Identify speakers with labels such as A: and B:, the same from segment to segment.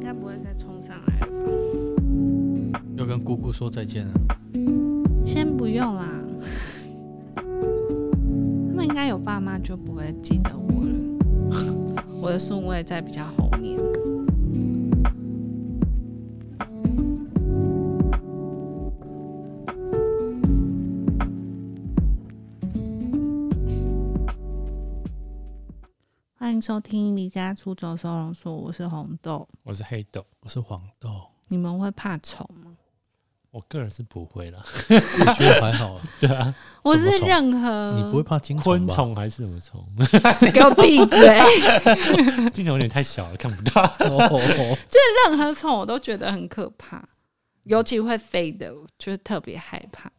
A: 该不会再冲上来了吧？
B: 要跟姑姑说再见啊。
A: 先不用啦，他们应该有爸妈就不会记得我了。我的顺位在比较后面。欢迎收听《离家出走收容所》，我是红豆。
C: 我是黑豆，
B: 我是黄豆，
A: 你们会怕虫吗？
C: 我个人是不会 啦。
B: 我觉得 还好啊。
A: 我是
B: 什么虫
A: 任何
B: 你不会怕金
C: 昆
B: 吧？
C: 虫还是什么虫？
A: 给我闭嘴。
C: 镜头有点太小了，看不 到。
B: 哦
A: 任何虫我都觉得很可怕，尤其会飞的，我就特别害怕。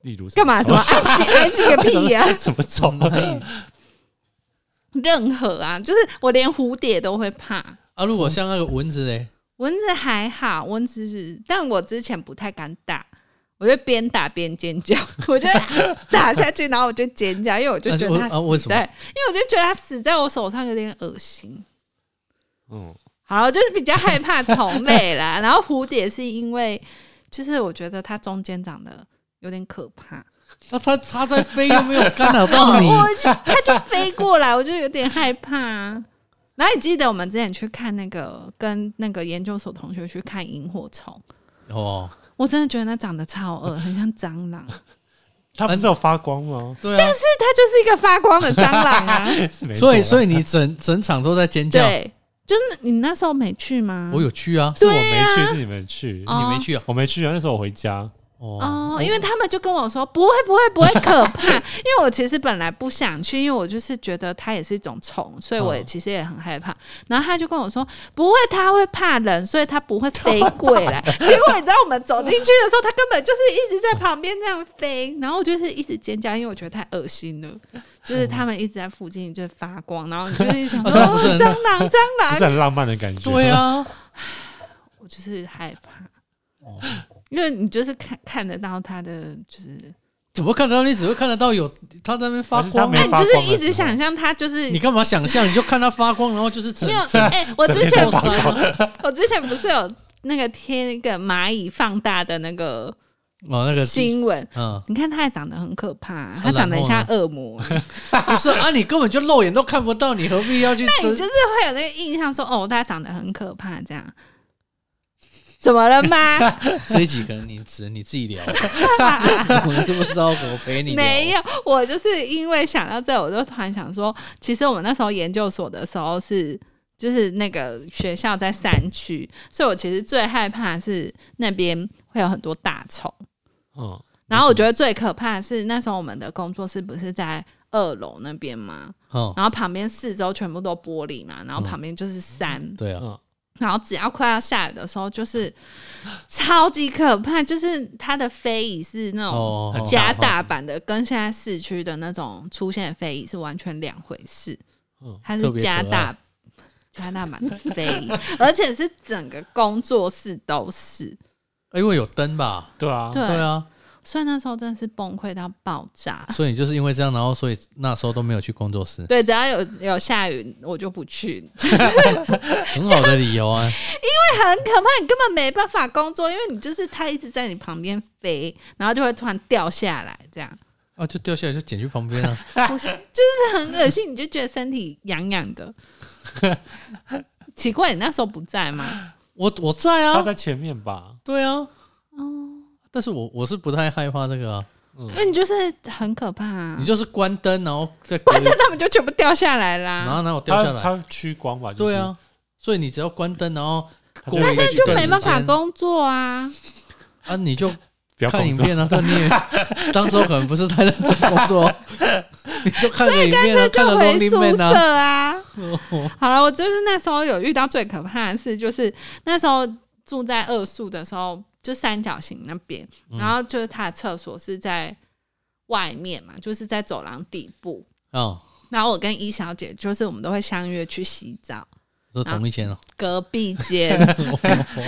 C: 例如什
A: 干嘛？什么
C: 虫？
A: 爱情？爱情个屁啊呀、
C: 什么虫？啊
B: 嗯
A: 任何啊，就是我连蝴蝶都会怕，
B: 啊，如果像那个蚊子嘞，
A: 蚊子还好，蚊子是，但我之前不太敢打。我就边打边尖叫， 我就打下去，然后我就尖叫，因为我就觉得它
B: 啊就啊为
A: 死
B: 什么
A: 在，因为我就觉得它死在我手上有点恶心。
C: 嗯，
A: 好，就是比较害怕虫类啦。 然后蝴蝶是因为，就是我觉得它中间长得有点可怕，
B: 那它它在飞又没有干扰到你，
A: 我就它就飞过来，我就有点害怕、然后你记得我们之前去看那个跟那个研究所同学去看萤火虫，
B: 哦，
A: 我真的觉得它长得超 恶，很像蟑螂，但
C: 它不是有发光吗？
B: 对啊，
A: 是它就是一个发光的蟑螂 啊。
C: 是没错
B: 所以
C: 啦。
B: 所以你整整场都在尖叫，
A: 对，就是你那时候没去吗？
B: 我有去啊，
C: 是我没去，是你们去，
A: 哦
B: 你没去啊？
C: 我没去啊。那时候我回家，
B: 哦，
A: 哦，因为他们就跟我说不会不会不会可怕， 因为我其实本来不想去，因为我就是觉得它也是一种虫，所以我也
C: 嗯
A: 其实也很害怕。然后他就跟我说不会，它会怕人，所以它不会飞过来。结果你知道我们走进去的时候，它根本就是一直在旁边这样飞，然后我就是一直尖叫，因为我觉得太恶心了，就是他们一直在附近就发光，然后你就是一直想说、哦
B: 啊这样不是很
A: 蟑螂蟑
C: 不
A: 螂
C: 是，很浪漫的感觉。
B: 对，啊，
A: 我就是害怕，
B: 哦
A: 因为你就是看看得到它的就是。
B: 怎么看得到？你只会看得到有它在那边发
C: 还是它
B: 光
C: 没
A: 那
B: 啊。
A: 你
C: 发
A: 就
C: 光
A: 是一
C: 的时
A: 直
C: 候
A: 想象它就是
B: 你干嘛想象？你就看它发光，然后就是整
A: 没有？哎、我之前不
B: 整片发
A: 是
B: 光
A: 我之前不是有那个贴那个蚂蚁放大的那个
B: 哦，那个
A: 新闻？
B: 嗯，
A: 你看它也长得很可怕、它
B: 然后
A: 长得很像
B: 呢
A: 恶魔，欸
B: 不是啊，你根本就肉眼都看不到，你何必要去
A: 那
B: 争
A: 你就是会有那个印象说哦，它长得很可怕这样。 怎么了吗？
B: 这一集可能你只能你自己聊， 我是不知道怎么陪你聊。
A: 没有，我就是因为想到这，我就突然想说，其实我们那时候研究所的时候是，就是那个学校在山区，所以我其实最害怕是那边会有很多大虫。
C: 嗯，
A: 然后我觉得最可怕的是那时候我们的工作室不是在二楼那边吗？
B: 哦，
A: 然后旁边四周全部都玻璃嘛，然后旁边就是山，
B: 对啊，
C: 嗯，
A: 然后只要快要下雨的时候，就是超级可怕，就是它的飞蚁是那种
B: 哦，
C: 很
A: 加大版的跟现在市区的那种出现的飞蚁是完全两回事
C: 嗯，
A: 它是加大加大版的飞蚁，而且是整个工作室都是，
B: 因为有灯吧？
C: 对啊，
A: 对
B: 对啊，
A: 所以那时候真的是崩溃到爆炸。
B: 所以你就是因为这样，然后所以那时候都没有去工 作室，
A: 对，只要有有下雨，我就不去，
B: 很好的理 由啊。
A: 很可怕，你根本没办法工作，因为你就是它一直在你旁边飞，然后就会突然掉下来，这样
B: 啊，就掉下来就捡去旁边啊。
A: 不是就是很恶心，你就觉得身体痒痒的。奇怪，你那时候不在吗？
B: 我我在
C: 它
B: 啊，
C: 在前面吧？
B: 对啊，
A: 哦
B: 但是我我是不太害怕这个啊。
A: 因为你就是很可怕、啊，
B: 你就是关灯，然后再
A: 关 灯，他们就全部掉下来
B: 然
A: 啦。
B: 后哪有掉下
C: 它
B: 来？
C: 它趋光吧？就是
B: 对，啊，所以你只要关灯，然后
C: 它
B: 过一
C: 是
B: 个
A: 就
B: 段
A: 没办
B: 时
A: 法
B: 间
A: 工作啊！
B: 啊，你就
C: 不要
B: 看影
C: 控制。
B: 片啊，对，你也当时候可能不是太认真工作，你就看个影片啊，看了
A: 就
B: l o n
A: 回
B: e
A: 宿
B: Man
A: 舍
B: 啊，
A: 啊。 好了，我就是那时候有遇到最可怕的事，就是那时候住在二宿的时候，就三角形那边，
B: 嗯
A: 然后就是他的厕所是在外面嘛，就是在走廊底部。
B: 哦，
A: 然后我跟一小姐，就是我们都会相约去洗澡，
B: 说同一间哦，
A: 隔壁间。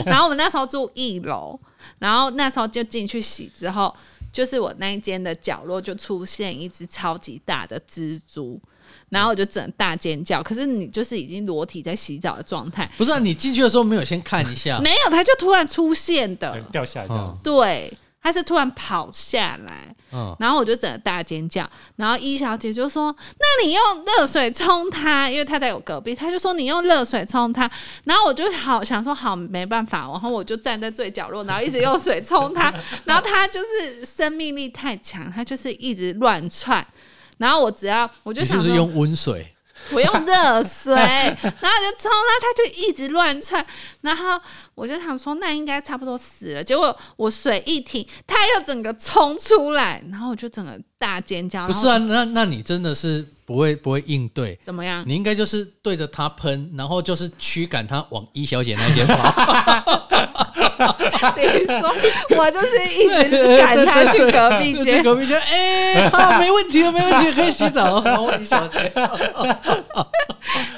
A: 然后我们那时候住一楼，然后那时候就进去洗之后，就是我那一间的角落就出现一只超级大的蜘蛛，然后我就整个大尖叫。可是你就是已经裸体在洗澡的状态，
B: 不是啊，你进去的时候没有先看一下？
A: 没有，他就突然出现的，
C: 哎掉下来这样子，
A: 对，他是突然跑下来，
B: 嗯，
A: 然后我就整个大尖叫，然后一小姐就说：“那你用热水冲他，因为他在我隔壁。”她就说：“你用热水冲他。”然后我就好想说：“好，没办法。”然后我就站在最角落，然后一直用水冲他。 然后他就是生命力太强，他就是一直乱窜。然后我只要我就
B: 你是
A: 想
B: 不是
A: 说
B: 用温水？
A: 我用热 水，然后我就冲他，他就一直乱窜，然后我就想说那应该差不多死了，结果我水一停，他又整个冲出来，然后我就整个大尖叫，
B: 不是
A: 然
B: 啊，
A: 后
B: 那那你真的是不会不会应对，
A: 怎么样？
B: 你应该就是对着他喷，然后就是驱赶他往一小姐那边跑。
A: 你说我就是 一 直赶他去隔壁
B: 去
A: 间，
B: 隔壁间，哎，好，没问题了，没问题了，可以洗 澡。然后一小姐，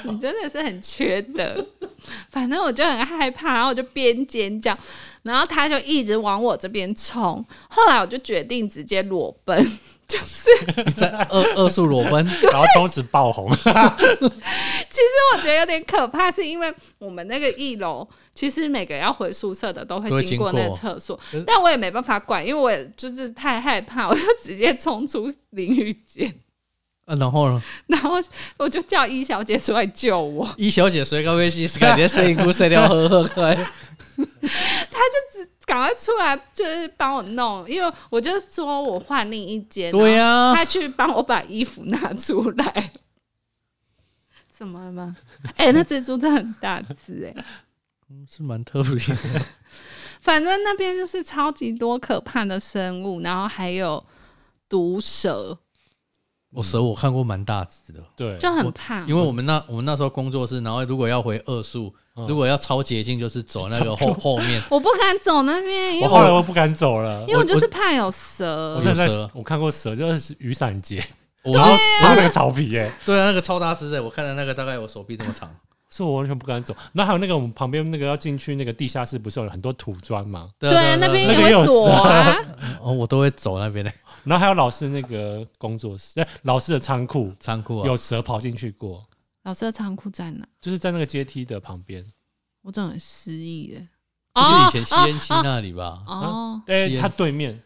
A: 你真的是很缺德。 反正我就很害怕，然后我就边尖叫，然后他就一直往我这边冲，后来我就决定直接裸奔， 就是。
B: 你在二二速裸奔，
C: 然后从此爆 红，
A: 其实我觉得有点可怕，是因为我们那个一楼，其实每个要回宿舍的都
B: 都会
A: 会
B: 经
A: 经
B: 过
A: 过那个厕所
B: 嗯，
A: 但我也没办法管，因为我也就是太害怕，我就直接冲出淋浴间，
B: 啊然后呢？
A: 然后我就叫一小姐出来救我，
B: 一小姐随个微信，感觉摄影姑谁掉呵呵 呵。
A: 赶快出来就是帮我弄，因为我就说我换另一间，
B: 对
A: 呀、
B: 呀，
A: 她去帮我把衣服拿出来。 怎么了吗？哎、那蜘蛛真的很大只哎、
B: 是蛮特别的。
A: 反正那边就是超级多可怕的生物，然后还有毒蛇，
B: 我蛇我看过蛮大只的，
C: 对，
A: 就很怕。
B: 因为我们那我们那时候工作室，然后如果要回二速，
C: 嗯
B: 如果要超捷径，就是走那个后后面。
A: 我不敢走那边，因为
C: 我
A: 我
C: 后来我不敢走了
A: 因，为我就
B: 我
A: 是怕有蛇
C: 我。真的
B: 有蛇
C: 在，我看过蛇，就是雨伞节，
B: 我
C: 然
B: 是
C: 后
A: 啊
C: 然后那个草皮，哎，
B: 对啊，那个超大只的，我看的那个大概我手臂这么长。
C: 是我完全不敢走。然后还有那个我们旁边那个要进去那个地下室，不是有很多土砖吗？
B: 对
A: 对啊，那边也
C: 那个也有
A: 会躲啊。
B: 哦，我都会走那边的
C: 然后还有老师那个工作室，哎，老师的仓库
B: 仓库啊。
C: 有蛇跑进去过，
A: 老师的仓库在哪？
C: 就是在那个阶梯的旁边。
A: 我真的很失忆耶。
B: 就是以前吸
A: 哦
B: 烟区
A: 哦
B: 那里 吧，
A: 哦哦，
C: 哎、
B: 是
C: 它对面，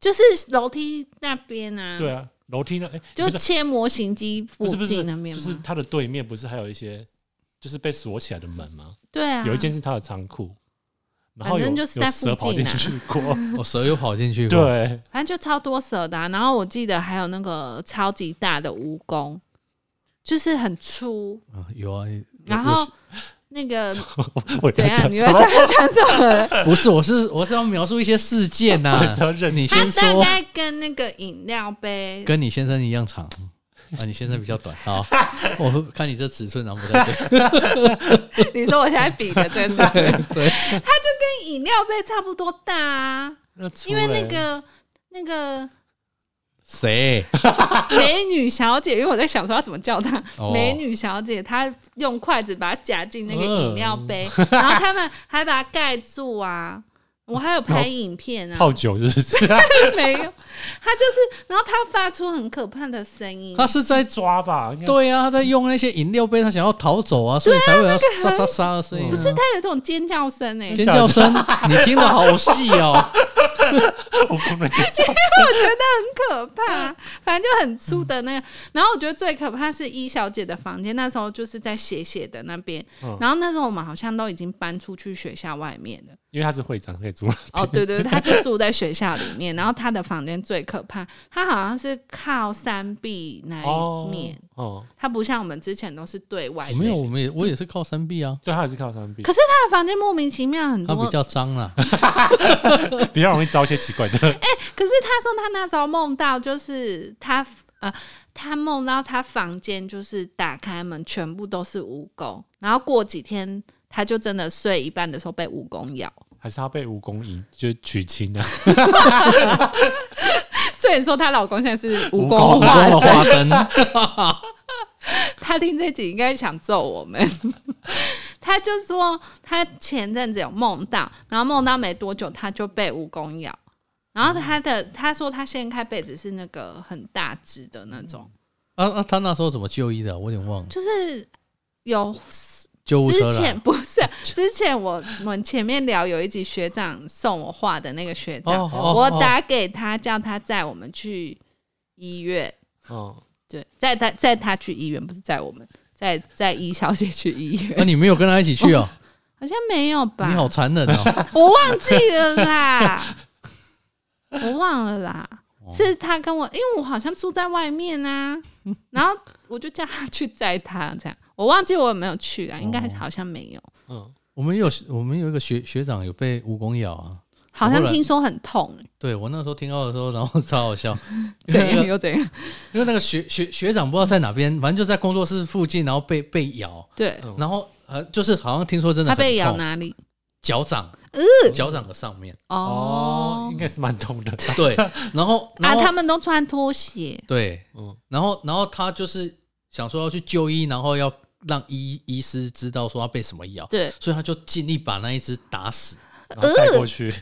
A: 就是楼梯那边啊。
C: 对，啊，楼梯那，哎、
A: 就
C: 不是
A: 切模型机附
C: 不是不是
A: 近那，边
C: 就
A: 吗
C: 是它的对面不是还有一些就是被锁起来的门吗？
A: 对啊，
C: 有一间是它的仓库，然后
A: 反
C: 有
A: 正就是在
C: 有蛇跑
A: 附近
C: 进
A: 啊
C: 去 过，
B: 我蛇又跑进去。，
C: 对，
A: 反正就超多蛇的啊、然后我记得还有那个超级大的蜈蚣，就是很粗，
B: 嗯有啊。
A: 然
B: 我
A: 后那个
C: 我
A: 怎
C: 在
A: 样？
C: 讲
A: 你
C: 什
A: 们
C: 么？
A: 想要讲什么？
B: 我不是，我是我是要描述一些事件 呐、
C: 我只要认
B: 你
A: 它
B: 先
A: 大
B: 说，
A: 概跟那个饮料杯，
B: 跟你先生一样长 啊，你先生比较短啊。我看你这尺寸，然后不太对。
A: 你说我现在比的这次 跟
B: 对，
A: 饮料杯差不多大啊，因为那个那个
B: 谁？
A: 美女小姐，因为我在想说要怎么叫她
B: 哦
A: 美女小姐，她用筷子把它夹进那个饮料杯，然后他们还把它盖住啊。我还有拍影片啊，
C: 泡酒是 不是？
A: 没有，她就是，然后她发出很可怕的声音，
B: 他是在
C: 抓吧，应该
B: 对啊，他在用那些饮料杯，他想要逃走啊，所以才会有沙沙沙的声音、啊。
C: 不
A: 是她有这种尖叫声哎、
B: 尖叫声，你听的好细 哦。
C: 我根本就 抓不
A: 我觉得很可怕，反正就很粗的那个。然后我觉得最可怕是一小姐的房间，那时候就是在斜斜的那边。
C: 嗯
A: 然后那时候我们好像都已经搬出去学校外面 了。
C: 因为他是会长，可以租。
A: 哦，对对，对她就住在学校里面。然后她的房间最可怕，她好像是靠山壁那一面，
C: 哦，
A: 她不像我们之前都是对外
B: 我
A: 的。
B: 哎没有，我们也我也是靠山壁啊，
C: 对，他也是靠山壁
A: 可，是她的房间莫名其妙很
B: 它比
A: 多。
B: 较脏啊 啦。
C: 比较容易招一些奇怪的。
A: 可是她说她那时候梦到就是她。呃，他梦到他房间就是打开门，全部都是蜈蚣，然后过几天他就真的睡一半的时候被蜈蚣咬。
C: 还是他被蜈蚣引就娶亲啊？
A: 所以说她老公现在是蜈蚣
C: 蚣
A: 化身，
B: 花生，
A: 他听这集应该想揍我们。 他就说他前阵子有梦到，然后梦到没多久他就被蜈蚣咬，然后他的他说他掀开被子是那个很大只的那种，
B: 啊啊！他那时候怎么就医的？啊我有点忘了。
A: 就是有
B: 救护车
A: 之
B: 来
A: 前不 是之前我我们前面聊有一集学长送我画的那个学长，
B: 哦哦
A: 我
B: 哦
A: 打给他叫他载我们去医院，
C: 哦，
A: 对，载他载他去医院，不是载我们，载载一小姐去医
B: 那
A: 院，
B: 啊你没有跟他一起去哦？
A: 好像没有吧？
B: 嗯你好残忍哦！
A: 我忘记了啦，我忘了啦。
B: 哦
A: 是他跟我，因为我好像住在外面啊， 然后我就叫他去载他，这样我忘记我有没有去啊，应该
B: 哦
A: 好像没有，
C: 嗯，
B: 我们有我们有一个学学长有被蜈蚣咬啊。
A: 好像
B: 后来
A: 听说很痛、欸
B: 对我那时候听到的时候，然后超好笑， 因
A: 怎
B: 为那
A: 样
B: 个
A: 又怎样，
B: 因为那个学学学长不知道在哪边，反正就在工作室附近，然后被被咬，
A: 对
C: 嗯
B: 然后呃就是好像听说真的
A: 他
B: 很
A: 被咬呃
B: 痛
A: 哪里？
B: 脚掌，脚掌的上 面，
A: 哦
C: 哦，应该是蛮痛的，
B: 对，然后然
A: 啊，
B: 后
A: 他们都穿拖鞋，
B: 对，
C: 嗯
B: 然后然后他就是想说要去就医，然后要让医医师知道说他被什么咬，
A: 对，
B: 所以他就尽力把那一只打死。
A: 呃
C: 然后带过去，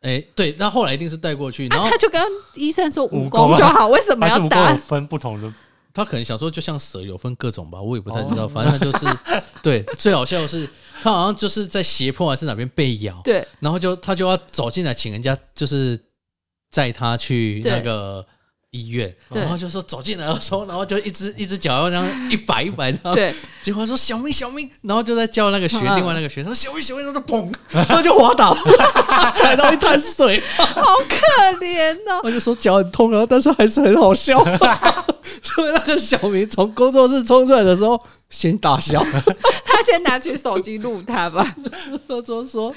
B: 哎，对，那后来一定是带过去，
A: 那、
B: 然后
A: 啊他就跟医生说蜈
C: 蜈蚣
A: 蚣
C: 啊
A: 就好，为什么
C: 还是
A: 要
C: 蜈
A: 打
C: 蚣有？分不同的
B: 他可能想说，就像蛇有分各种吧，我也不太
A: 哦
B: 知道，反正他就是对。最好笑的是，他好像就是在胁迫还是哪边被咬，
A: 对，
B: 然后就他就要走进来，请人家就是载他去
A: 对
B: 那个医院，
A: 对
B: 然后就说走进来的时候，然后就一只 一只脚要这样一摆一摆这样，
A: 对，
B: 结果他说小明小明，然后就在叫那个学
A: 嗯
B: 另外那个学生小明小明，然后 就 砰，然后就滑倒，踩到一滩水，
A: 好可怜哦。
B: 我就说脚很痛啊，但是还是很 好笑。所以那个小明从工作室冲出来的时候，先大笑，
A: 他先拿起手机录他吧。
B: 他说说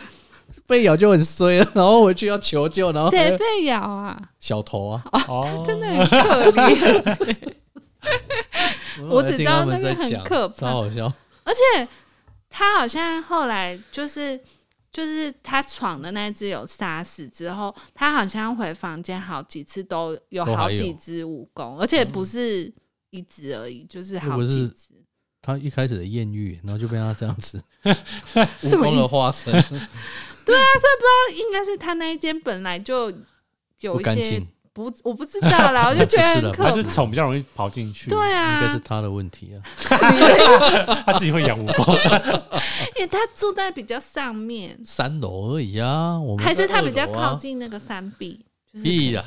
B: 被咬就很衰了，然后回去要求救，然后还
A: 谁
B: 有
A: 被咬啊？
B: 小头啊，
C: 哦，
A: 真的很可 怜。我只知
B: 在听
A: 道
B: 他
A: 那
B: 们
A: 个
B: 在
A: 很
B: 讲，
A: 可
B: 超
A: 怕，
B: 好笑。
A: 而且他好像后来就是。就是他闯的那只有杀死之后，他好像回房间好几次都有
B: 都还
A: 好几
B: 有
A: 只蜈蚣，而且不是一只而已，就是好
B: 不是
A: 几只。
B: 他一开始的艳遇，然后就被他这样 子，蜈
A: 什么意
B: 蚣
A: 思
B: 的化身，
A: 啊应该是他那一间本来就有
B: 不
A: 一
B: 干
A: 些
B: 净，
A: 不我不知道 啦，我就觉得很可
C: 还
A: 怕
C: 是。虫比较容易跑进去，
A: 对
B: 应
A: 啊
B: 该，是他的问题啊。
C: 他自己会养蜈
A: 啊
C: 蚣，
A: 因为他住在比较上面，
B: 三楼而已啊，我们
A: 还是
B: 在
A: 他
B: 二
A: 比较
B: 楼啊
A: 靠。近那个山壁？就是
B: 屁呀！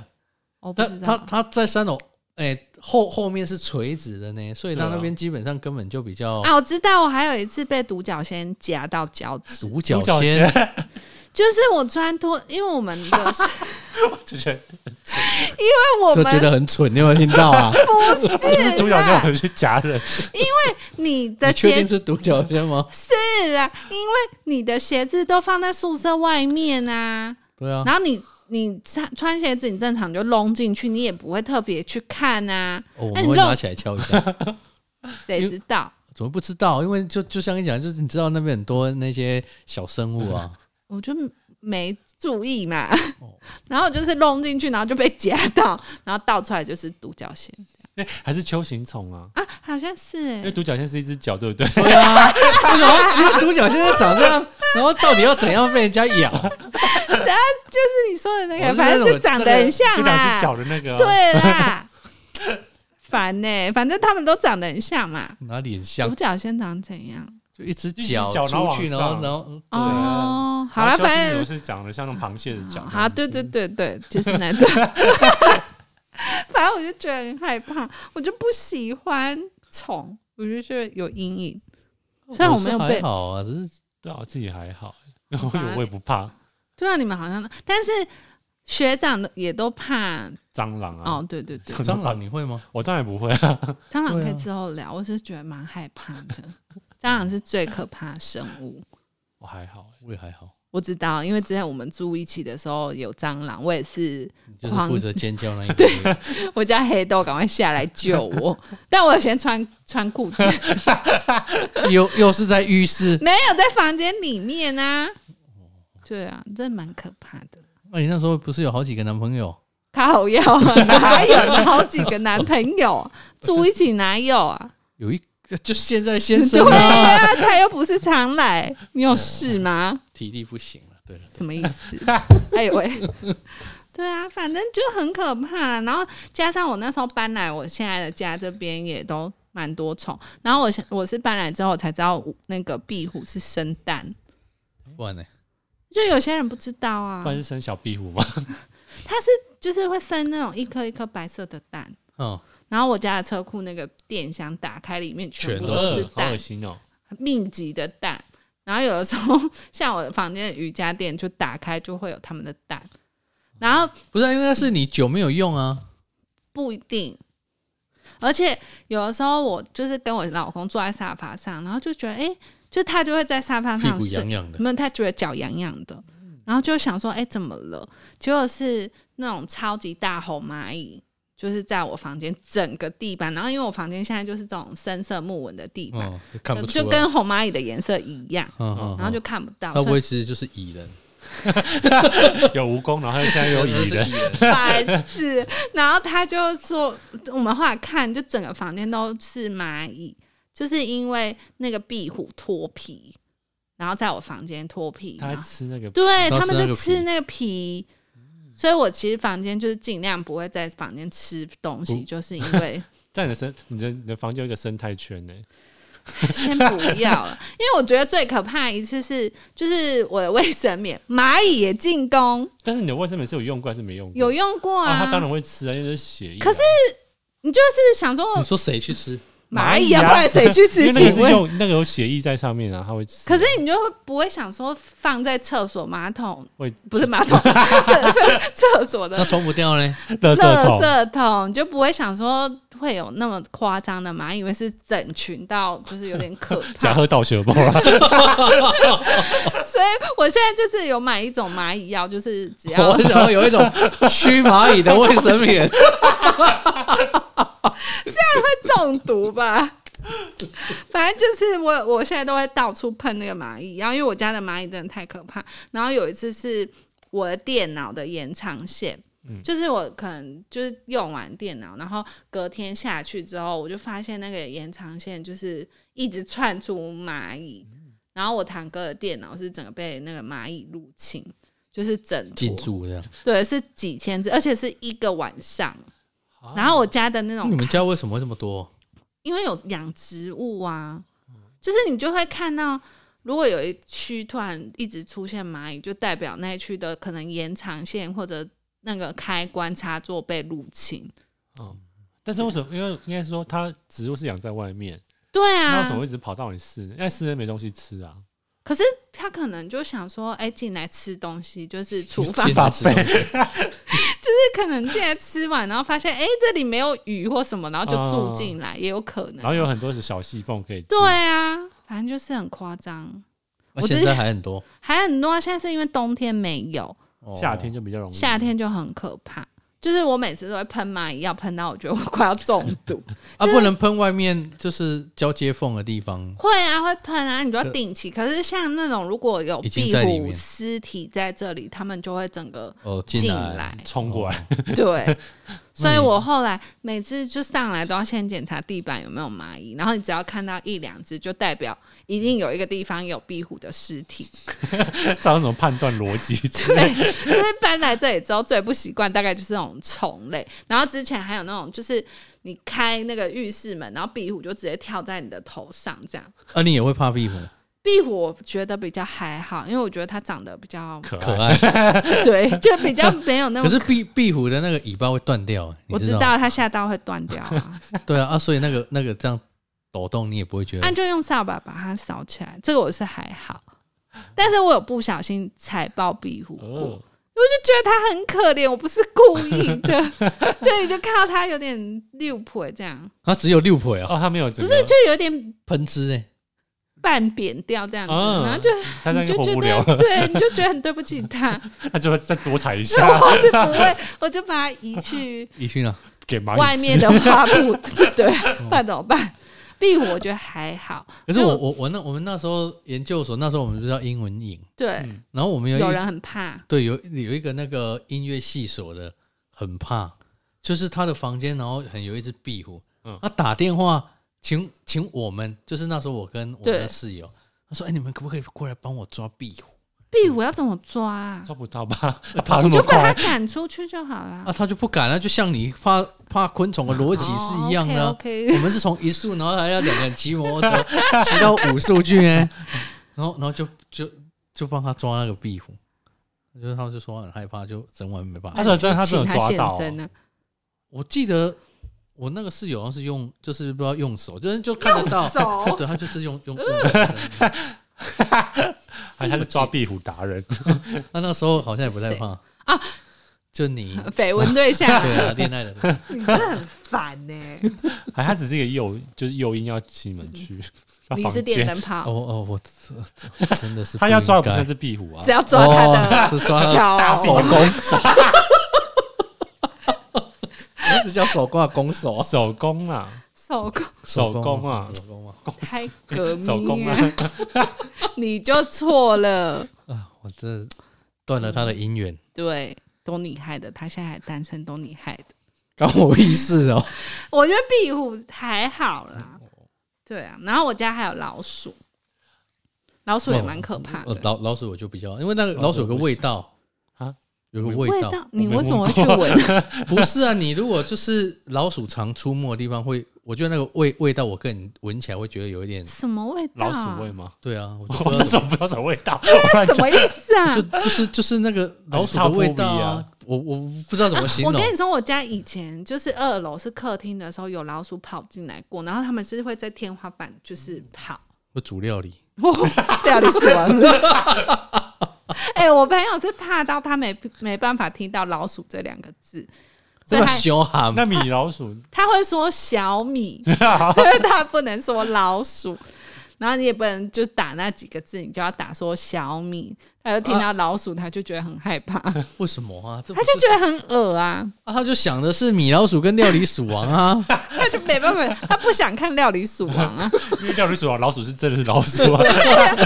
A: 我不
B: 他
A: 知
B: 啊他
A: 道。
B: 他在三楼，哎、后后面是垂直的呢，所以他
C: 对啊
B: 那边基本上根本就比较
A: 啊，我知道，我还有一次被独角仙夹到脚趾，
B: 独角
C: 角
B: 仙，
A: 啊
C: 仙，
A: 就是我穿拖，因为我们的，
C: 就觉得
A: 因为我
B: 就
A: 们
B: 觉得很蠢，你有没有听到啊？
A: 不
C: 就是
A: 是
C: 独角仙
A: 啦，
C: 回去夹人，
A: 你 的
B: 你确
A: 鞋
B: 定是独角仙吗？
A: 是啦，因为你的鞋子都放在宿舍外面啊，
B: 对啊，
A: 然后你你穿穿鞋子，你正常就弄进去，你也不会特别去看啊。
B: 哦我
A: 那
B: 们
A: 你
B: 会
A: 弄
B: 拿起来敲一 下，
A: 谁知道？
B: 怎么不知道？因为就就像你讲，就是你知道那边很多那些小生物啊，
A: 我就没注意嘛
B: 哦。
A: 然后就是弄进去，然后就被夹到， 然后倒出来就是独角仙
C: 还是秋行虫啊？
A: 啊，好像是
C: 因
A: 哎、
C: 为独角仙是一只脚，对不对？
B: 对啊，为什么只有独角仙在长这样？然后到底要怎样被人家咬？
A: 就是你说的那
B: 我
A: 个，
B: 是
A: 反正
B: 那
A: 就
B: 种
A: 长
B: 那
A: 得
B: 个
A: 很像
C: 就两只
A: 啦。
C: 脚的那个啊，
A: 对啦， 烦呢、欸反正他们都长得很像嘛。
B: 哪里很像
A: 独？角仙长怎样？
B: 就一只
C: 只
B: 脚
C: 脚然后
B: 出去，
C: 往
B: 然后嗯然
C: 上
B: 后
C: 啊
A: 哦，好
C: 然
A: 了，
C: 后交心
A: 反正
C: 牛
A: 嗯
C: 是长得像那种螃蟹的脚，
A: 哦好，对对
B: 嗯
A: 对对，就是那 种。反正我就觉得很害怕，我就不喜欢虫，我就觉得有阴影。哦虽然我没有
B: 是
A: 被
B: 还好啊，只是
C: 对啊，我自己还好，欸
A: 啊
C: 我我也不怕
A: 对啊，你们好像，但是学长的也都怕、
C: 蟑螂啊，
A: 哦。对对 对，
B: 蟑螂你会吗？
C: 我当然不会啊，
A: 蟑螂
B: 对
A: 可
B: 啊
A: 以之后聊，我是觉得蛮害怕的。蟑螂是最可怕的生物，
C: 我还好，欸
B: 我也还好。
A: 我知道，因为之前我们住一起的时候有蟑螂，我也是
B: 就是负责尖叫那一个。
A: 我家黑豆赶快下来救 我，但我先穿穿裤子，
B: 又又是在浴室。
A: 没有在房间里面啊。对啊，真的蛮可怕的。
B: 那、你那时候不是有好几个男朋友？
A: 靠药 啊，哪有好几个男朋友啊住一起哪有啊？
B: 有一个就现在先
A: 对
B: 生啊，
A: 啊，他又不是常来，你有事吗？
B: 体力不行了。对了，
A: 什么意思？哎呦喂，对对啊，反正就很可怕。然后加上我那时候搬来我现在的家这边也都蛮多虫，然后我是我是搬来之后才知道那个壁虎是生蛋，
B: 不然呢？
A: 就有些人不知道啊
C: 不，然是生小壁虎嘛。
A: 嗯它是就是会生那种一颗一颗白色的蛋。
B: 嗯，
A: 然后我家的车库那个电箱打开，里面全部
B: 全
A: 都
B: 都
A: 是
C: 呃好
A: 蛋
C: 恶，心哦！
A: 密集的蛋。然后有的时候，像我房间的瑜伽垫就打开就会有他们的蛋，然后
B: 不是啊，应该是你酒没有用啊。
A: 不一定。而且有的时候我就是跟我老公坐在沙发上，然后就觉得，哎、就他就会在沙发
B: 屁
A: 上
B: 股
A: 睡
B: 痒，痒的，
A: 没有他觉得脚痒痒的，然后就想说，哎、怎么了？结果是那种超级大红蚂蚁，就是在我房间整个地板，然后因为我房间现在就是这种深色木纹的地板，
B: 嗯，看不出
A: 就
B: 来。
A: 就跟红蚂蚁的颜色一样，
B: 嗯嗯，
A: 然后就看不到，
B: 他
A: 所
B: 不会
A: 以
B: 其实就是蚁人，
C: 有蜈蚣，然后现在又有蚁
B: 是
C: 人，
B: 蚁人，
A: 白痴。然后他就说，我们后来看，就整个房间都是蚂蚁，就是因为那个壁虎脱皮，然后在我房间脱皮，
C: 他
A: 然
C: 还
A: 后
C: 吃那个
A: 对
B: 然后
A: 他们
B: 吃那
A: 就
B: 个
A: 吃
B: 皮
A: 那个皮。所以，我其实房间就是尽量不会在房间吃东
C: 哦
A: 西，就是因 为
C: 在你的生，你的你的房间有一个生态圈欸呢、
A: 先不要了。因为我觉得最可怕的一次是，就是我的卫生棉，蚂蚁也进攻，
C: 但是你的卫生棉是有用过还是没用过？
A: 有用过
C: 啊，
A: 啊。
C: 他当然会吃啊，因为这是血液啊、
A: 可是你就是想说
B: 你说谁去吃？
A: 蚂蚁
C: 蚂蚁
A: 啊，
C: 啊
A: 不然谁去
C: 因
A: 吃？
C: 为那个
A: 请
C: 是
A: 问？
C: 用那个有血液在上面啊，他会 吃。
A: 可是你就会不会想说放在厕所马桶
C: 会
A: 不是马桶， 是厕所
B: 那
A: 的
B: 冲不掉呢？
C: 垃圾
A: 垃
C: 桶，
A: 圾桶，你就不会想说会有那么夸张的蚂蚁，以为是整群到就是有点可
C: 假
A: 怕。
C: 喝到血包啊，
A: 所以我现在就是有买一种蚂蚁药，就是只要
B: 我想要有一种 驱蚂蚁的卫生棉，
A: 中毒吧。 反正就是我，我现在都会到处喷那个蚂蚁，然后因为我家的蚂蚁真的太可怕。然后有一次是我的电脑的延长线，
C: 嗯
A: 就是我可能就是用完电脑，然后隔天下去之后，我就发现那个延长线就是一直窜出蚂蚁，然后我堂哥的电脑是整个被那个蚂蚁入侵，就是整坨
B: 进驻 这样。
A: 对，是几千只，而且是一个晚上。然后我家的那种
B: 啊你们家为什么会这么多？
A: 因为有养植物啊，就是你就会看到，如果有一区突然一直出现蚂蚁，就代表那一区的可能延长线或者那个开关插座被入侵。
C: 但是为什么？因为应该是说，它植物是养在外面，
A: 对
C: 那为什么
A: 啊
C: 会，一直跑到你室内？因为室内没东西吃啊，
A: 可是他可能就想说，哎、进来吃东西，就是厨 房，
B: 进
A: 就
B: 来吃 东西
A: 是可能进来吃完，然后发现，哎、这里没有鱼或什么，然后就住进来，也有可能。
C: 啊然后有很多是小细缝可以吃。
A: 对啊，反正就是很夸张，
B: 啊
A: 我之前
B: 现在还很多，
A: 还很多啊。现在是因为冬天没有，
B: 哦
C: 夏天就比较容易。
A: 夏天就很可怕。就是我每次都会喷蚂蚁药，喷到我觉得我快要中 毒。
B: 啊，不能喷外面就是交接缝的地方。
A: 会啊，会喷啊，你就要定期。可是像那种如果有
B: 已经
A: 壁
B: 在里
A: 虎
B: 面
A: 尸体在这里，他们就会整个
B: 哦，
A: 进
B: 来，
A: 来。
C: 冲过来，
A: 对，所以我后来每次就上来都要先检查地板有没有蚂蚁，然后你只要看到一两只，就代表一定有一个地方有壁虎的尸体。
C: 造成什么判断逻辑之类
A: 对，就是搬来这里之后最不习惯，大概就是那种虫类。然后之前还有那种，就是你开那个浴室门，然后壁虎就直接跳在你的头上，这样。
B: 啊，你也会怕壁虎？
A: 壁虎我觉得比较还好，因为我觉得它长得比较
C: 可
B: 可
C: 爱。
B: 爱，
A: 对，就比较没有那
B: 可
A: 么。
B: 是壁壁虎的那个尾巴会断掉，你
A: 我知
B: 道？
A: 道它下刀会断掉 啊，
B: 对啊，啊，所以那个那个这样抖动，你也不会觉
A: 那
B: 得
A: 啊就用扫把把它扫起来。这个我是还好，但是我有不小心踩爆壁虎过，我
C: 哦，
A: 就觉得它很可怜，我不是故意的， 就你就看到它有点六腿这样。
B: 它只有六腿啊，
C: 哦，他没有整
A: 不
C: 个，
A: 是，就有点
B: 喷汁哎，
A: 半扁掉这样子，
C: 嗯
A: 然后就
C: 他这
A: 你
C: 样
A: 就
C: 就活
A: 觉
C: 不了
A: 得，
C: 了，
A: 对，你就觉得很对不起 他，
C: 他哦就会再多踩一
A: 所以
C: 下，
A: 我是不会，我就把它移去
B: 一训啊，
C: 给蚂蚁
A: 外面
C: 吃
A: 的花圃，对，不然怎么办？ 壁虎我觉得还好，
B: 可是我我我那我们那时候研究所那时候我们不是叫英文营，
A: 对，
B: 然后我嗯们有一
A: 有人很怕，
B: 对有有一个那个音乐系所的很怕，就是他的房间然后很有一只壁虎，
C: 嗯
B: 他打电话请请我们，就是那时候我跟我
A: 对
B: 的室友，他说哎、你们可不可以过来帮我抓壁虎？
A: 壁虎要怎么抓啊？
C: 抓不到吧？ 它爬那么
A: 就把它
C: 快，
A: 赶出去就好了。
B: 啊，他就不敢了、就像你怕怕昆虫的逻辑是一样的啊、
A: o k
B: 我们是从一速，然后还要两个人骑摩托车骑到五速去哎、 然后然后就就就帮他抓那个壁虎，就是他们就说很害怕，就整晚没办法
C: 啊。但他
A: 请
C: 真的
A: 他
C: 抓
A: 现
C: 到哦
A: 身啊呢、
B: 我记得我那个室友好像是用，就是不知道用手，就是就看得到，
A: 手
B: 对他就是用用。用手的
C: 还他是抓壁虎达人，
B: 他那时候好像也不太怕啊，就你
A: 绯闻对象，
B: 对啊，恋爱的
A: 你真的很烦欸呢、
C: 还他只是一个诱，就是诱因要请你们去。到
A: 你
C: 房
A: 是
C: 间
A: 电灯泡，
B: 哦哦，我这这真的是
C: 他要抓的
B: 不
C: 不
B: 应该
C: 算是壁虎啊
A: 只，要抓他的。
B: 哦是抓
A: 脚
B: 他手工，那只叫手工啊，拱手啊，
C: 手工啊，
A: 手工
C: 手工啊，
B: 手工啊
A: 开革命、
C: 手工啊，，
A: 你就错了。
B: 啊！我这断了他的姻缘，
A: 对，都你害的，他现在还单身，都你害的。
B: 关我屁事哦！
A: 我觉得壁虎还好啦，对啊。然后我家还有老鼠，老鼠
C: 哦
A: 也蛮可怕
B: 呃
A: 的。
B: 老老鼠我就比较，因为那个老鼠有个味道
C: 啊，
B: 有个
A: 味
B: 味道，
A: 道，你
C: 没
A: 为什么
C: 闻
A: 会去 闻？
B: 不是啊，你如果就是老鼠常出没的地方，会我觉得那个味味道，我个人闻起来会觉得有一点，
A: 什么味道
C: 老
A: 啊？
C: 鼠味吗？
B: 对啊，我就不
C: 我
B: 知道
C: 那时
B: 怎
C: 候
B: 么
C: 不知道什么味 道，我乱
A: 什么意思 啊？
B: 就就是就是那个老鼠的味道
C: 还是差
B: 啊，我我不知道怎么形
A: 我
C: 哦
B: 容。
A: 跟你说，我家以前就是二楼是客厅的时候，有老鼠跑进来过，然后他们是会在天花板就是跑。
B: 我煮料理，
A: 料理死亡。哎、我朋友是怕到他没没办法听到“老鼠”这两个字，所
B: 这
A: 以
B: 个
A: 他
B: 熊蛤
C: 那米老鼠，
A: 他会说小米，因为他不能说老鼠，然后你也不能就打那几个字，你就要打说小米，他就听到老鼠，他就觉得很害怕，他
B: 为什么啊？这不
A: 就是觉得很恶啊，
B: 啊，他就想的是米老鼠跟料理鼠王 啊，
A: 他就没办法，他不想看料理鼠王啊。
C: 因为料理鼠啊，老鼠是真的是老鼠 啊，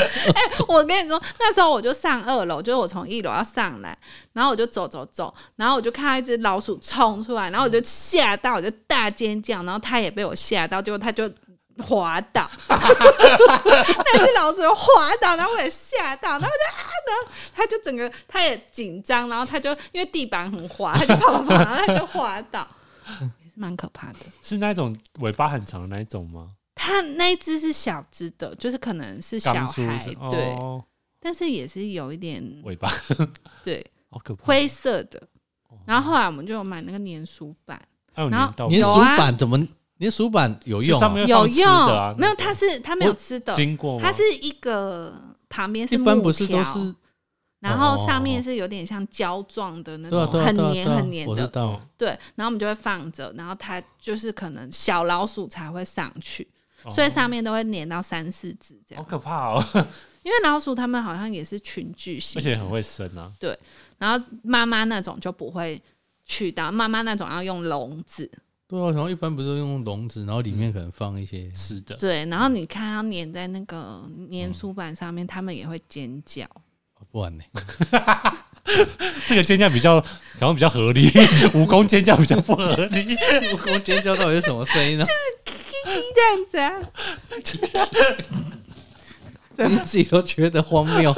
A: 我跟你说，那时候我就上二楼，就是我从一楼要上来，然后我就走走走，然后我就看到一只老鼠冲出来，然后我就
C: 嗯
A: 吓到，我就大尖叫，然后它也被我吓到，结果它就。滑 倒，那只老鼠滑倒，然后我也吓到，然后我就啊，然后它就整个它也紧张，然后它就因为地板很滑，它就跑跑跑，然后它就滑倒，
C: 嗯
A: 也是蛮可怕的。
C: 是那种尾巴很长的那一种吗？
A: 它那一只是小只的，就是可能是小
C: 刚出
A: 孩
C: 生，
A: 对，
C: 哦，
A: 但是也是有一点
C: 尾巴
A: 对
C: 好可怕，
A: 灰色的。
B: 哦
A: 然后后来我们就有买那个粘鼠板，
C: 还有
A: 然后
C: 粘到
B: 粘
A: 有
B: 鼠
A: 啊
B: 板怎么粘鼠板有
C: 就
B: 用
C: 上
B: 啊？
C: 面会
A: 有
C: 放吃
A: 用，
C: 的啊，
A: 没有？它
C: 它
A: 是它没有吃的，
C: 经过吗
A: 它是一个旁边是
B: 一
A: 木
B: 般不是都
A: 条
B: 是
A: 然后上面是有点像胶状的那
B: 对啊
A: 种，
B: 对啊
A: 很
B: 对啊
A: 黏
B: 对啊
A: 很黏
B: 我知
A: 的，
B: 道。
A: 对。然后我们就会放着，然后它就是可能小老鼠才会上去，
C: 哦
A: 所以上面都会黏到三四只这
C: 好
A: 样。
C: 可怕哦，
A: 因为老鼠它们好像也是群聚性
C: 而，且很会生啊，
A: 然后妈妈那种就不会去到，妈妈那种要用笼子，
B: 对啊，然后一般不是用笼子，然后里
A: 嗯
B: 面可能放 一些，
C: 吃的
A: 对，然后你看它粘在那个粘
B: 嗯
A: 鼠板上面，它们也会尖叫。
B: 哦不然呢？
C: 这个尖叫比较，好像比较合理， 蜈蚣尖叫比较不合理，
B: 蜈蚣尖叫到底是什么声音呢？
A: 这样子啊，
B: 你自己都觉得荒谬。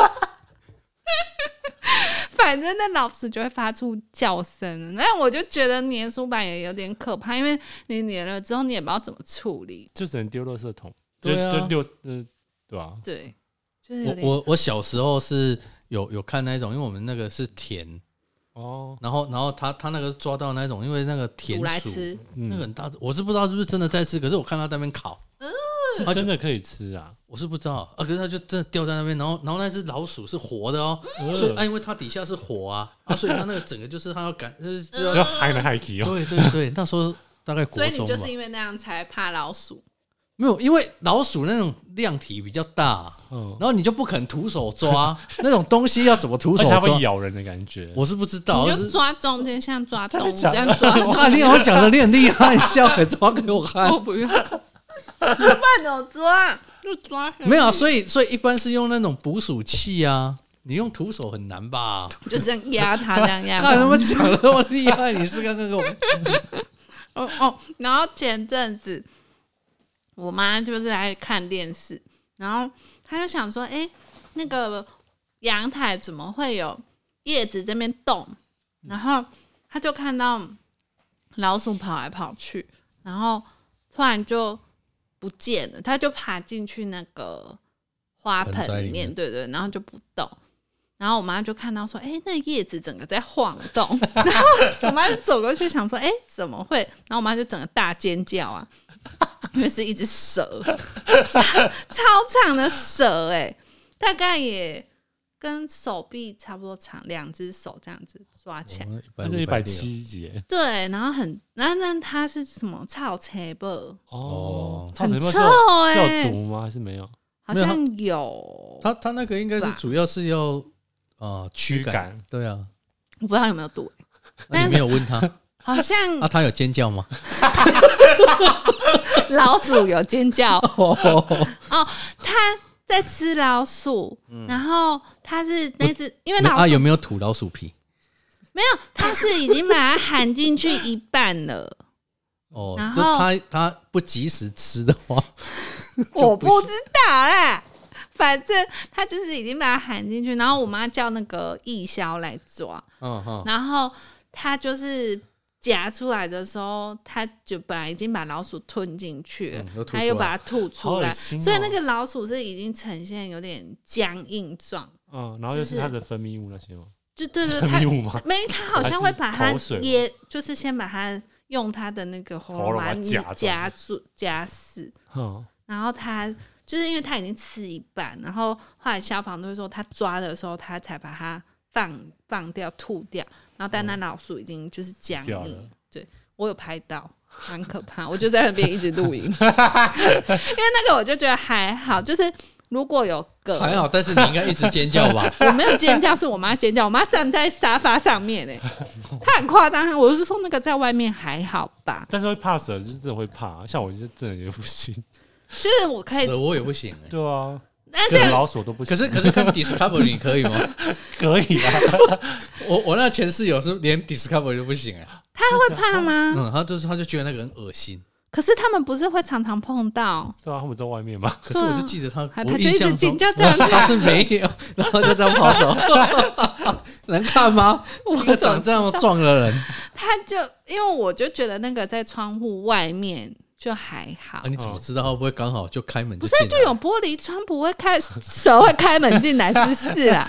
A: 反正那老鼠就会发出叫声。那我就觉得粘鼠板也有点可怕，因为你粘了之后，你也不知道怎么处理。
C: 就只能丢垃圾桶，就
B: 对啊
C: 就六呃，对吧？
A: 对，就是有
B: 我
A: 点
B: 我我小时候是有有看那种，因为我们那个是田，
C: 哦，
B: 然后然后他他那个抓到那种，因为那个田
A: 煮来
B: 鼠
A: 吃。
C: 嗯
B: 那个很大只，我是不知道是不是真的在吃，可是我看他在那边烤，
A: 嗯
C: 是
A: 哦
C: 真的可以吃啊，
B: 我是不知道啊，可是它就真的掉在那边，然后然后那只老鼠是活的哦，
A: 嗯
B: 所以啊，因为它底下是火啊，啊，所以它那个整个就是它要赶，就是就
C: 就
B: 要
C: 海南海
A: 啊
C: 奇哦，
B: 对对对，那时候大概国
A: 嗯所以你
B: 中
A: 就
B: 吧
A: 是，因为那样才怕老鼠，
B: 没有，因为老鼠那种量体比较大，
C: 嗯
B: 然，后你就不肯徒手抓 那种东西，要怎么徒
C: 而
B: 手
C: 且它会
B: 抓？
C: 咬人的感觉，
B: 我是不知道，
A: 你
B: 就
A: 就是抓中间，像抓动物
C: 真
A: 这
C: 的假
A: 样
C: 的
A: 抓。
B: 啊，你好像讲的你很厉害，你下回抓给我 看。
A: 我不要，半怎么抓？就抓下去
B: 没有啊，所以所以一般是用那种捕鼠器啊，你用徒手很难吧？
A: 就这样压它，这样压它
B: 看。他们讲的那么厉害，你是刚刚给我
A: 哦哦，然后前阵子我妈就是来看电视，然后她就想说，哎、那个阳台怎么会有叶子这边动？然后他就看到老鼠跑来跑去，然后突然就不见了，他就爬进去那个花盆
B: 盆栽
A: 里
B: 里面
A: 对对，然后就不动。然后我妈就看到说：“哎、那叶子整个在晃动。” 然后我妈就走过去想说：“哎、怎么会？”然后我妈就整个大尖叫啊，因为是一只蛇，超长的蛇哎、大概也跟手臂差不多长，两只手这样子抓起
B: 哦
A: 来。
C: 那是一百，七几欸
A: 对，然后很，然后那它是什么草车吧？
B: 哦
C: 草莓
A: 很
C: 是
A: 臭
C: 有
A: 欸
C: 是有毒吗？还是没有？
A: 好
B: 没有
A: 像有，
B: 他他那个应该是
A: 吧
B: 主要是要啊驱赶，
C: 赶
B: 对啊，
A: 我不知道有没有毒，
B: 那
A: 但
B: 你
A: 是
B: 没有问 他
A: 好像
B: 啊？他有尖叫吗？
A: 老鼠有尖叫哦，它在吃老鼠，然后它是那只，因为老
B: 嗯啊，
A: 鼠
B: 有没有吐老鼠皮？
A: 没有，它是已经把它含进去一半了。
B: 哦，
A: 然
B: 就
A: 后
B: 他他不及时吃的话，
A: 我
B: 不
A: 不知道啦，反正他就是已经把它喊进去，然后我妈叫那个义消来抓，
B: 嗯
C: 哦
B: 哼，
A: 然后他就是夹出来的时候，他就本来已经把老鼠吞进去了
B: 嗯又，吐
A: 他、
B: 出
A: 又
B: 来
A: 把它吐出
C: 好
A: 来，
C: 恶心哦
A: 所以那个老鼠是已经呈现有点僵硬状，
C: 嗯，然后就是它的分泌物那些吗？
A: 就对 对，
C: 分
A: 它
C: 泌 物吗？
A: 没，他好像会把它
C: 还是口水吗
A: 噎，就是先把它用它的那个喉
C: 喉
A: 咙
C: 咙
A: 把
C: 把
A: 它
C: 它夹住
A: 夹住夹死。
C: 嗯，
A: 然后他就是因为他已经吃一半，然后后来消防队说他抓的时候，他才把它放放掉、吐掉，然后但那老鼠已经就是僵
C: 掉
A: 硬，
C: 了
A: 对我有拍到。蛮可怕，我就在那边一直录影，因为那个我就觉得还好，就是如果有个
B: 还好，但是你应该一直尖叫吧？
A: 我没有尖叫，是我妈尖叫。我妈站在沙发上面呢、欸她很夸张。我是说那个在外面还好吧，
C: 但是会怕蛇，就是真的会怕。像我就是真的也 不行。
A: 就是我 可以，
B: 蛇我也不行哎、
C: 对啊，
A: 但是
C: 跟老鼠都不
B: 可
C: 行。
B: 是可是看 Discovery 可以吗？
C: 可以啊，
B: 我我那前室友是连 Discovery 都不行哎、
A: 她会怕吗？
B: 嗯，他就是他就觉得那个很恶心，
A: 可是他们不是会常常碰到，
C: 对啊，他们在外面嘛。
B: 可是我就记得他，
A: 还
B: 我
A: 啊他就
B: 印
A: 一直
B: 象
A: 尖
B: 中
A: 叫这样子
B: 他是没有， 然后就这样跑走， 能看吗？
A: 我
B: 一个长这样壮的人，
A: 他就因为我就觉得那个在窗户外面就还好
B: 啊，，你怎么知道他会不会刚好就开门
A: 不是啊
B: 进来？
A: 就有玻璃窗不会开， 蛇会开门进来是不是啊？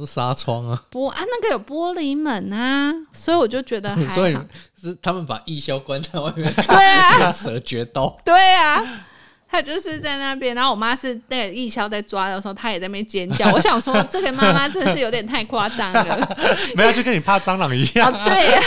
B: 是纱窗啊，
A: 不啊，那个有玻璃门啊，所以我就觉得还
B: 所以
A: 好，
B: 是他们把义消关在外 面，
A: 对啊，
B: 跟蛇决斗。
A: 对啊，他就是在那边，然后我妈是那个义消在抓的时候，她也在那边尖叫。我想说，这个妈妈真的是有点太夸张了。
C: 没有，就跟你怕蟑螂一
A: 啊
C: 样，，
A: 对啊，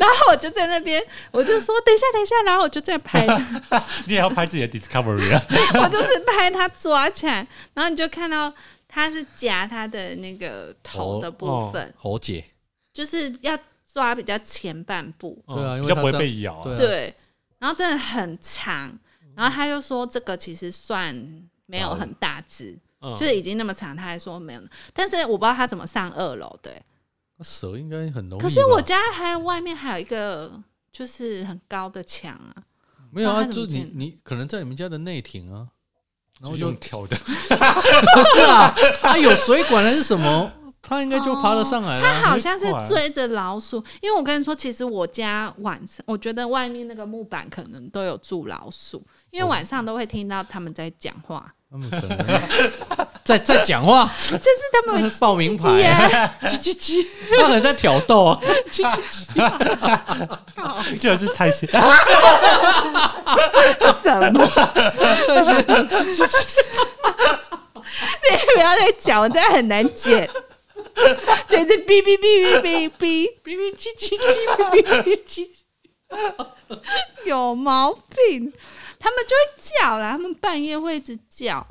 A: 然后我就在那边，我就说等一下，等一下，然后我就在拍她，
C: 你也要拍自己的 discovery 啊。
A: 我就是拍她抓起来，然后你就看到她是夹她的那个头
B: 哦
A: 的部分，
B: 侯姐，
A: 就是要抓比较前半部，
B: 对啊因为
C: 嗯比
B: 它
C: 较不会
B: 这样
C: 被咬啊。
B: 对啊
A: 对，然后真的很长，然后他就说这个其实算没有很大只。
C: 嗯
A: 就是已经那么长，他还说没有。但是我不知道他怎么上二楼的欸、
B: 蛇应该很容易吧。
A: 可是我家还外面还有一个就是很高的墙啊，
B: 没有
A: 那
B: 啊，
A: 他怎
B: 就
A: 么
B: 你
A: 进
B: 你可能在你们家的内庭啊，然后
C: 就
B: 就
C: 用跳的，
B: 不是啊，它有水管还是什么，它应该就爬得上来
A: 哦他
B: 了。
A: 好像是追着老鼠。因为我跟你说，其实我家晚上，我觉得外面那个木板可能都有住老鼠，因为晚上都会听到他们在讲话，
B: 他们可能在在讲话，
A: 就是他们会叽
B: 报名
A: 叽
B: 牌啊，
A: 呀，
B: 叽叽叽，他可能在挑逗 啊。
A: 搞
C: 就是猜 心。
A: 什么？你不要再讲，我真的很难剪。就是哔哔哔哔哔哔
B: 哔哔叽叽叽哔哔叽叽，
A: 有毛病，他们就会叫啦，他们半夜会一直叫。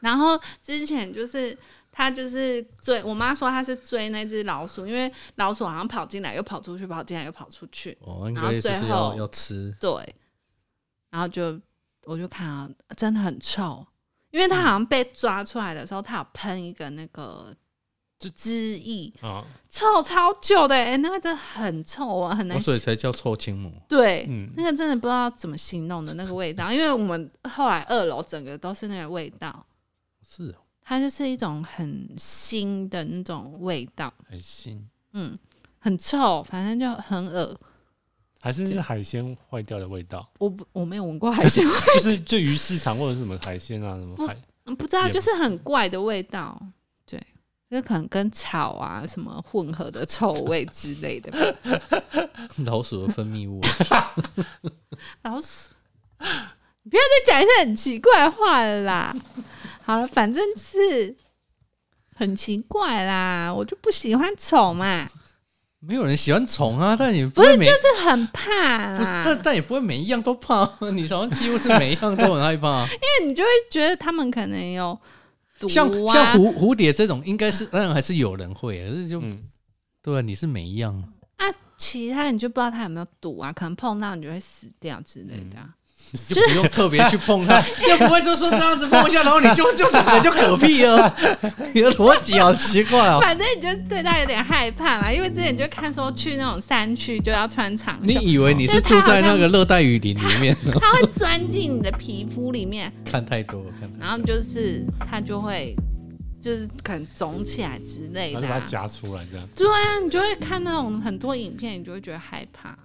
A: 然后之前就是他就是追我妈说他是追那只老鼠，因为老鼠好像跑进来又跑出去，跑进来又跑出去，
B: 哦，应
A: 然后
B: 该就
A: 最
B: 是
A: 后
B: 要要吃，
A: 对。然后就我就看啊，真的很臭，因为他
B: 嗯
A: 好像被抓出来的时候，他有喷一个那个就汁液，
C: 啊，
A: 臭超久的、欸，那个真的很臭啊，很
B: 哦
A: 难
B: 所以
A: 洗。
B: 才叫臭青母。
A: 对，
C: 嗯
A: 那，个真的不知道怎么形容的那个味道，因为我们后来二楼整个都是那个味道，
B: 是哦，
A: 它就是一种很腥的那种味道，
B: 很新。
A: 嗯，很臭，反正就很恶。
C: 还是是海鲜坏掉的味道，
A: 我不我没有闻过海鲜味，
C: 就是就鱼市场或者是什么海鲜啊，什么海
A: 嗯不知道，
C: 也不
A: 就是是很怪的味道。对，就可能跟草啊什么混合的臭味之类的吧。
B: 老鼠的分泌物，啊
A: 老鼠，你不要再讲一些很奇怪的话了啦。 好了，反正是很奇怪啦，我就不喜欢虫嘛，
B: 没有人喜欢虫啊，但也不
A: 不
B: 会
A: 是
B: 每
A: 就是很怕
B: 不是，
A: 啦，
B: 但但也不会每一样都怕啊。 你好像几乎是每一样都很害 怕啊。
A: 因为你就会觉得他们可能有毒
B: 像像
A: 啊。
B: 蝴蝴蝶这种，应该是当嗯然还是有人会，可是就
C: 嗯，
B: 对啊，你是每一样。
A: 啊，其他你就不知道它有没有毒啊，可能碰到你就会死掉之类的啊、
B: 就不用特别去碰它， 又不会说说这样子碰一下，然后你就就整个就嗝屁了， 你的逻辑好奇怪 哦。
A: 反正你就对它有点害怕啦，因为之前就看说去那种山区就要穿长
B: 你
A: 袖，
B: 以为你是住在那个热带雨林里 面？
A: 它会钻进你的皮肤里面，
B: 看太多，看太多
A: 然后就是它就会就是可能肿起来之类
C: 然
A: 的
C: 后
A: 啊、
C: 就把它夹出来这样。
A: 对啊，你就会看那种很多影片，你就会觉得害怕。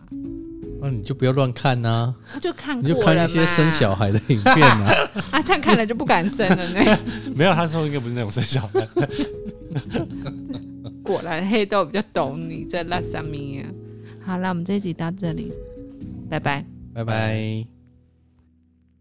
B: 那哦你就不要乱看呐、
A: 他就看
B: 你
A: 过
B: 就看
A: 了
B: 一些
A: 嘛
B: 生小孩的影片 啊。
A: 啊，这样看了就不敢生了呢。
C: 没有，他说应该不是那种生小孩，
A: 果然黑豆比较懂你在那上面啊。好了，我们这一集到这里，拜拜。
B: 拜拜。